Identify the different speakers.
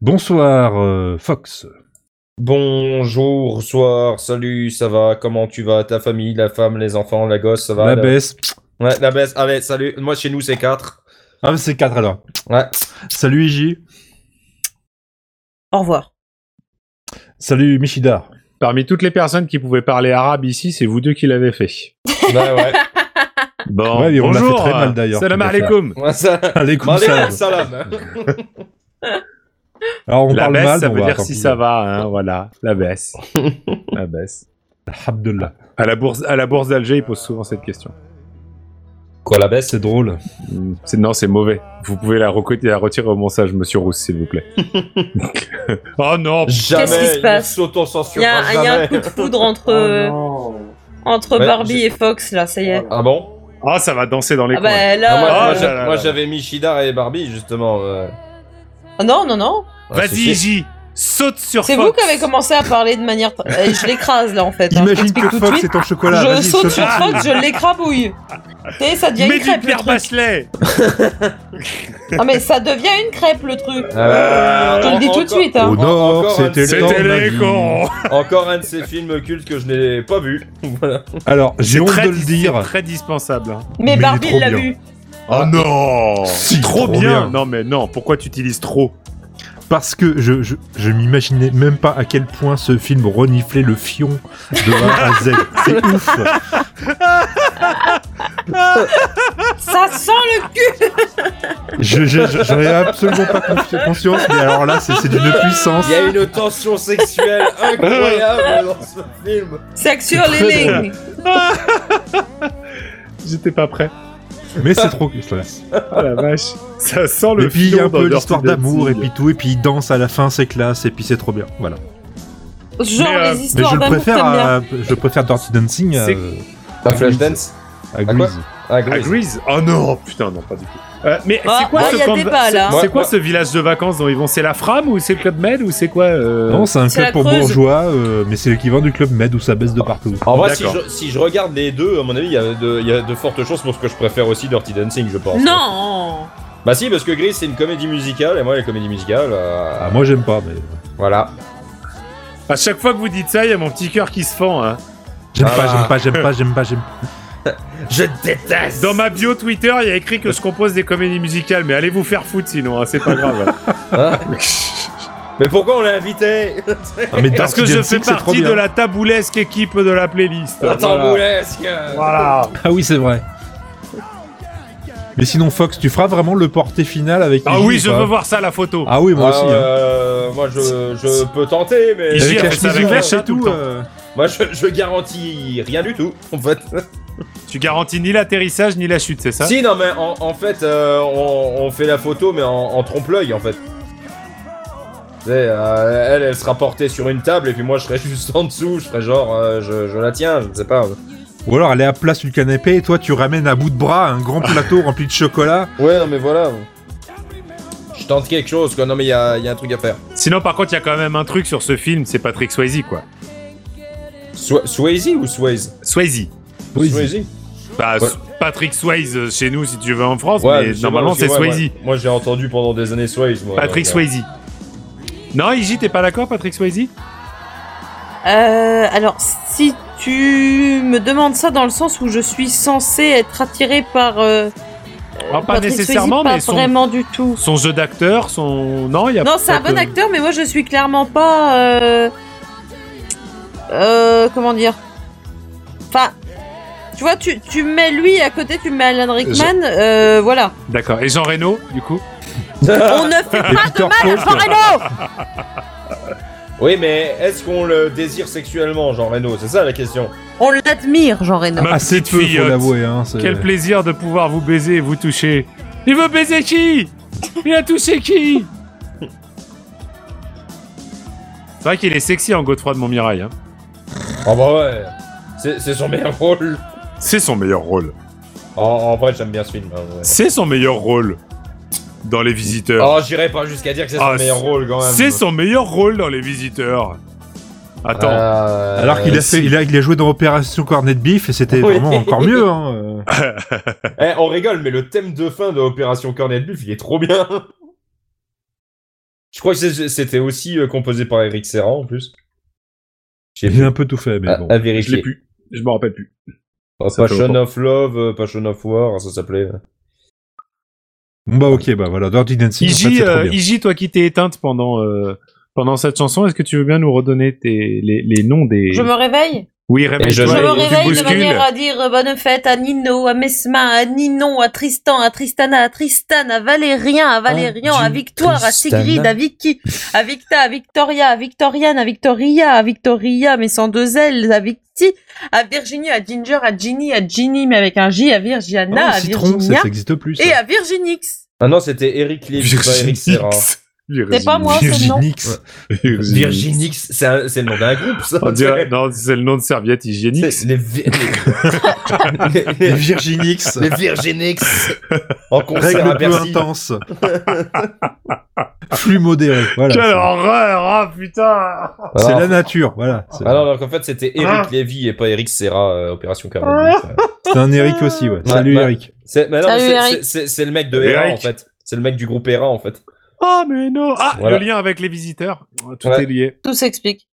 Speaker 1: Bonsoir euh, Fox.
Speaker 2: Bonjour, soir, salut, ça va, comment tu vas, ta famille, la femme, les enfants, la gosse, ça va
Speaker 1: la
Speaker 2: le-
Speaker 1: baisse.
Speaker 2: Ouais, la baisse, allez, salut, moi chez nous c'est 4.
Speaker 1: Ah, mais c'est 4 alors.
Speaker 2: Ouais.
Speaker 1: Salut Iji.
Speaker 3: Au revoir.
Speaker 1: Salut Michida.
Speaker 4: Parmi toutes les personnes qui pouvaient parler arabe ici, c'est vous deux qui l'avez fait.
Speaker 2: Bah ouais.
Speaker 4: Bon,
Speaker 1: Ouais, mais on l'a fait
Speaker 4: bonjour.
Speaker 1: très mal, d'ailleurs,
Speaker 4: Salam
Speaker 1: cette affaire.
Speaker 4: alaikum.
Speaker 2: Moi, ça...
Speaker 1: Allez,
Speaker 2: Bon,
Speaker 1: comme
Speaker 2: allez,
Speaker 1: ça.
Speaker 2: salam.
Speaker 1: Alors on
Speaker 4: la
Speaker 1: parle
Speaker 4: baisse,
Speaker 1: mal, bah,
Speaker 4: ça
Speaker 1: mais on
Speaker 4: veut
Speaker 1: va
Speaker 4: dire
Speaker 1: attendre.
Speaker 4: si ça va, hein, voilà, la baisse. la baisse.
Speaker 1: Abdullah.
Speaker 3: Bah,
Speaker 4: À la bourse, à la bourse d'Alger, ils posent souvent cette question.
Speaker 2: Quoi, la baisse
Speaker 1: C'est drôle.
Speaker 4: Mm, c'est- Non, c'est mauvais. Vous pouvez la, reco- la retirer au montage, monsieur Rousse, s'il vous plaît. oh non
Speaker 2: Jamais,
Speaker 3: Qu'est-ce qui se passe Il
Speaker 2: s'auto-censure
Speaker 3: y, a un- il y a un coup de foudre entre, euh,
Speaker 1: Oh Bah,
Speaker 3: entre
Speaker 2: Ouais,
Speaker 3: Barbie
Speaker 2: j'ai-
Speaker 3: et Fox, là, ça y est.
Speaker 2: Ah bon
Speaker 4: Ah, ça va danser dans les
Speaker 3: Ah
Speaker 4: coins.
Speaker 3: bah
Speaker 2: Ah,
Speaker 3: là...
Speaker 2: Moi, moi,
Speaker 4: Ah,
Speaker 3: euh,
Speaker 2: j'a-
Speaker 4: là, là,
Speaker 2: moi,
Speaker 4: là.
Speaker 2: j'avais mis Shida et Barbie justement. euh.
Speaker 3: ah non, non, non.
Speaker 2: Ah,
Speaker 4: Vas-y,
Speaker 2: c'est chier.
Speaker 4: J, saute sur
Speaker 3: C'est
Speaker 4: Fox.
Speaker 3: vous qui avez commencé à parler de manière... tr- Euh, je l'écrase, là, en fait. hein. Je
Speaker 1: Imagine
Speaker 3: t'explique
Speaker 1: que
Speaker 3: tout de
Speaker 1: Fox
Speaker 3: suite.
Speaker 1: est en chocolat.
Speaker 3: je
Speaker 1: Vas-y,
Speaker 3: saute
Speaker 1: saute.
Speaker 3: sur Fox, je l'écrabouille. Tu sais, ça devient
Speaker 4: Mets
Speaker 3: une
Speaker 4: du
Speaker 3: crêpe, le
Speaker 4: Pierre
Speaker 3: truc.
Speaker 4: Bachelet
Speaker 3: Ah mais ça devient une crêpe, le truc.
Speaker 1: Ah,
Speaker 2: Euh,
Speaker 3: Je te le dis
Speaker 2: en-
Speaker 3: tout de
Speaker 2: encore-
Speaker 3: suite,
Speaker 1: Au
Speaker 3: hein.
Speaker 2: En- encore
Speaker 1: nord,
Speaker 2: un-
Speaker 1: c'était le temps
Speaker 4: C'était
Speaker 1: de ma
Speaker 4: les
Speaker 1: vie.
Speaker 4: cons
Speaker 2: Encore un de ces films cultes que je n'ai pas vu. Voilà.
Speaker 1: Alors, j'ai honte
Speaker 4: Très
Speaker 1: de le
Speaker 4: dis-
Speaker 1: dire.
Speaker 4: c'est Très dispensable. hein.
Speaker 1: mais
Speaker 3: Mais
Speaker 1: il est
Speaker 3: Barbie
Speaker 1: trop
Speaker 3: l'a
Speaker 1: bien.
Speaker 3: vu.
Speaker 4: Oh non
Speaker 1: Si, Ah
Speaker 4: Trop,
Speaker 1: trop
Speaker 4: bien.
Speaker 1: bien.
Speaker 4: Non mais non, pourquoi tu utilises trop
Speaker 1: Parce que je, je, je m'imaginais même pas à quel point ce film reniflait le fion de A à Z. C'est ouf.
Speaker 3: Ça sent le cul.
Speaker 1: Je- je- je- J'en ai absolument pas confi- conscience, mais alors là, c'est c'est d'une puissance.
Speaker 2: Il y a une tension sexuelle incroyable dans ce film.
Speaker 3: Sexual
Speaker 1: C'est très
Speaker 3: healing.
Speaker 4: J'étais pas prêt.
Speaker 1: Mais c'est trop.
Speaker 4: Oh la vache. Ça sent le
Speaker 1: Et puis il y a
Speaker 4: fion
Speaker 1: un
Speaker 4: dans
Speaker 1: peu
Speaker 4: Dirty
Speaker 1: l'histoire
Speaker 4: Dancing.
Speaker 1: d'amour et puis tout, et puis il danse à la fin, c'est classe, et puis c'est trop bien. Voilà.
Speaker 3: Genre
Speaker 4: Mais, euh,
Speaker 3: les
Speaker 1: Mais je
Speaker 3: histoires
Speaker 1: le
Speaker 3: d'amour
Speaker 1: préfère,
Speaker 3: t'aimes bien.
Speaker 1: à, je préfère Dirty Dancing à,
Speaker 4: C'est-
Speaker 2: À Flashdance
Speaker 1: à
Speaker 2: quoi
Speaker 1: Grease.
Speaker 2: Ah,
Speaker 4: Ah,
Speaker 2: Grease.
Speaker 4: Grease Oh non, putain, non, pas du tout. Euh, mais
Speaker 3: Ah,
Speaker 4: c'est quoi,
Speaker 3: ah,
Speaker 4: ce,
Speaker 3: y a
Speaker 4: camp de-
Speaker 3: débat, là.
Speaker 4: c'est- c'est
Speaker 2: Ouais,
Speaker 4: quoi
Speaker 2: ouais.
Speaker 4: ce village de vacances dont ils vont C'est la Fram ou c'est le Club Med ou c'est quoi euh,
Speaker 1: Non, c'est un
Speaker 3: c'est la
Speaker 1: club pour
Speaker 3: Creuse.
Speaker 1: bourgeois, euh, mais c'est l'équivalent du club Med où ça baisse de partout.
Speaker 2: En vrai, si
Speaker 4: D'accord.
Speaker 2: je, si je regarde les deux, à mon avis, il y, a de- il y a de fortes chances pour ce que je préfère aussi Dirty Dancing, je pense.
Speaker 3: Non.
Speaker 2: Bah si, parce que Grease, c'est une comédie musicale, et moi, les comédies musicales, euh,
Speaker 1: Ah, moi j'aime pas, mais.
Speaker 2: voilà.
Speaker 4: À chaque fois que vous dites ça, il y a mon petit cœur qui se fend. hein.
Speaker 1: J'aime
Speaker 2: Ah.
Speaker 1: pas, j'aime pas, j'aime pas, j'aime pas, j'aime pas.
Speaker 2: Je déteste
Speaker 4: Dans ma bio Twitter, il y a écrit que je compose des comédies musicales, mais allez vous faire foutre sinon, hein, c'est pas grave.
Speaker 2: Mais pourquoi on l'a invité
Speaker 1: Ah, mais Dirty
Speaker 4: Parce que je fais
Speaker 1: Dancing, c'est trop
Speaker 4: partie
Speaker 1: bien.
Speaker 4: de la taboulesque équipe de la playlist.
Speaker 2: La
Speaker 4: Voilà.
Speaker 2: tamboulesque
Speaker 4: Voilà.
Speaker 1: Ah oui, c'est vrai. Mais sinon, Fox, tu feras vraiment le porté final avec.
Speaker 4: Ah
Speaker 1: Iggy
Speaker 4: oui,
Speaker 1: ou
Speaker 4: je
Speaker 1: pas
Speaker 4: veux voir ça, la photo.
Speaker 1: Ah oui, moi
Speaker 2: Ah,
Speaker 1: aussi. hein.
Speaker 2: euh, moi, je, je peux tenter, mais...
Speaker 1: Avec
Speaker 4: J'ai fait
Speaker 1: la
Speaker 4: ça
Speaker 1: chemise
Speaker 4: avec la
Speaker 1: ouverte
Speaker 4: chatte
Speaker 1: et
Speaker 4: tout le
Speaker 1: tout.
Speaker 4: temps.
Speaker 1: euh,
Speaker 2: Moi, je, je garantis rien du tout, en fait.
Speaker 4: Tu garantis ni l'atterrissage ni la chute, c'est ça
Speaker 2: si, non, mais en, en fait, euh, on, on fait la photo, mais en, en trompe-l'œil, en fait. Tu sais, euh, elle, elle sera portée sur une table, et puis moi, je serai juste en dessous, je serai genre, euh, je, je la tiens, je ne sais pas.
Speaker 1: Ou alors elle est à plat sur le canapé et toi tu ramènes à bout de bras un grand plateau rempli de chocolat.
Speaker 2: Ouais, non, mais voilà. Je tente quelque chose, quoi. Non, mais il y a, il y a un truc à faire.
Speaker 4: Sinon, par contre, il y a quand même un truc sur ce film, c'est Patrick Swayze, quoi.
Speaker 2: Swa- Swayze ou Swayze
Speaker 4: Swayze.
Speaker 2: Swayze.
Speaker 4: Bah,
Speaker 2: Ouais.
Speaker 4: S- Patrick Swayze euh, chez nous, si tu veux, en France,
Speaker 2: Ouais,
Speaker 4: mais
Speaker 2: je sais
Speaker 4: normalement,
Speaker 2: pas,
Speaker 4: c'est
Speaker 2: ouais,
Speaker 4: Swayze.
Speaker 2: ouais. Moi, j'ai entendu pendant des années Swayze. moi,
Speaker 4: Patrick
Speaker 2: donc, euh,
Speaker 4: Swayze. Non, Iji, t'es pas d'accord, Patrick Swayze
Speaker 3: Euh, alors si tu me demandes ça dans le sens où je suis censée être attirée par euh,
Speaker 4: Alors, Pas
Speaker 3: Patrick Swayze,
Speaker 4: nécessairement,
Speaker 3: pas
Speaker 4: mais son,
Speaker 3: vraiment du tout.
Speaker 4: son jeu d'acteur, son. Non, il y a
Speaker 3: Non, c'est
Speaker 4: pas
Speaker 3: un bon
Speaker 4: de-
Speaker 3: acteur, mais moi je suis clairement pas. Euh... euh, comment dire Enfin. Tu vois, tu, tu mets lui à côté, tu mets Alan Rickman, euh, voilà.
Speaker 4: D'accord. Et Jean Reno, du coup
Speaker 3: On ne fait
Speaker 1: Et Peter Falk.
Speaker 3: pas
Speaker 2: Oui, mais est-ce qu'on le désire sexuellement, Jean Reno C'est ça la question.
Speaker 3: On l'admire, Jean Reno.
Speaker 4: Ma
Speaker 1: Assez
Speaker 4: petite euh,
Speaker 1: peu faut
Speaker 4: filleotte.
Speaker 1: l'avouer. Hein, c'est-
Speaker 4: Quel plaisir de pouvoir vous baiser et vous toucher. Il veut baiser qui Il a touché qui C'est vrai qu'il est sexy en Godefroy de Montmirail. Hein.
Speaker 2: Oh, bah ouais. C'est c'est son meilleur rôle.
Speaker 4: C'est son meilleur rôle.
Speaker 2: En, en vrai, j'aime bien ce film. hein, ouais.
Speaker 4: C'est son meilleur rôle dans Les Visiteurs.
Speaker 2: Oh, j'irai pas jusqu'à dire que c'est son
Speaker 4: Ah,
Speaker 2: meilleur
Speaker 4: c'est-
Speaker 2: rôle quand même.
Speaker 4: C'est son meilleur rôle dans Les Visiteurs. Attends.
Speaker 2: Euh,
Speaker 1: Alors qu'il a,
Speaker 4: si.
Speaker 1: fait, il a, il a joué dans Opération Cornet Beef et c'était
Speaker 2: Oui.
Speaker 1: vraiment encore mieux. hein, euh.
Speaker 2: Eh, on rigole, mais le thème de fin de Opération Cornet Buff, il est trop bien. Je crois que c'est- c'était aussi euh, composé par Eric Serra en plus. J'ai
Speaker 1: J'ai un peu tout fait, mais
Speaker 2: à,
Speaker 1: bon.
Speaker 2: à
Speaker 4: Je l'ai
Speaker 2: vérifier. Oh,
Speaker 4: plus. Je m'en rappelle plus. Ça fait
Speaker 2: Passion
Speaker 4: longtemps.
Speaker 2: of Love, euh, Passion of War, ça s'appelait.
Speaker 1: Bon, bah, ok, bah voilà, Dirty Dancing, en fait,
Speaker 4: Iji,
Speaker 1: c'est trop
Speaker 4: euh,
Speaker 1: bien.
Speaker 4: Iji, toi qui t'es éteinte pendant, euh, pendant cette chanson, est-ce que tu veux bien nous redonner tes, les, les noms des.
Speaker 3: Je me réveille
Speaker 4: Oui,
Speaker 2: je-
Speaker 4: réveille-toi.
Speaker 3: Je
Speaker 4: et
Speaker 3: me
Speaker 4: tu
Speaker 3: réveille de
Speaker 4: bouscules.
Speaker 3: manière à dire euh, bonne fête à Nino, à Mesma, à Ninon, à Tristan, à Tristana, à Tristan, à Valérien, à Valérian,
Speaker 2: Ah,
Speaker 3: à
Speaker 2: du
Speaker 3: Victoire, à
Speaker 2: Tristana.
Speaker 3: Sigrid, à Vicky, à Victa, à Victoria, à Victoriane, à Victoria, à Victoria, mais sans deux L, à Victi, à Virginie, à Ginger, à Ginny, à Ginny, mais avec un J, à Virgiana,
Speaker 2: Oh,
Speaker 1: Ah, euh,
Speaker 3: à
Speaker 1: Citron, ça
Speaker 3: Virginia,
Speaker 1: ça existe plus. ça.
Speaker 3: et à Virginix.
Speaker 2: Ah non, c'était Eric Lévy, pas bah, Eric Serra.
Speaker 3: C'est pas moi, c'est le nom.
Speaker 1: Virginix.
Speaker 4: Virginie.
Speaker 2: Virginix, c'est un- c'est le nom d'un groupe, ça.
Speaker 4: On dirait, non, c'est le nom de serviette hygiénique.
Speaker 2: C'est- Les, vi- les- les-
Speaker 1: Les Virginix.
Speaker 2: les Virginix en concert à
Speaker 1: Règle peu
Speaker 2: Bercy.
Speaker 1: intense. Flux modéré.
Speaker 4: Quelle
Speaker 1: Voilà.
Speaker 4: horreur, ah putain
Speaker 1: C'est c'est
Speaker 2: Alors-
Speaker 1: la nature. Voilà. C'est
Speaker 2: Ah non, donc en fait c'était Eric
Speaker 4: Ah.
Speaker 2: Lévy et pas Eric Serra, euh, Opération Carnaval.
Speaker 1: c'est un Eric aussi. Ouais. Salut
Speaker 2: bah,
Speaker 1: Eric.
Speaker 2: C'est mais non, mais
Speaker 3: Salut,
Speaker 2: c'est-
Speaker 3: Eric.
Speaker 2: c'est- c'est- c'est le mec de Hera
Speaker 4: Eric.
Speaker 2: en fait. C'est le mec du groupe Hera en fait.
Speaker 4: Ah mais non Ah,
Speaker 2: Voilà.
Speaker 4: le lien avec les visiteurs. Tout
Speaker 2: Ouais.
Speaker 4: est lié.
Speaker 3: Tout s'explique.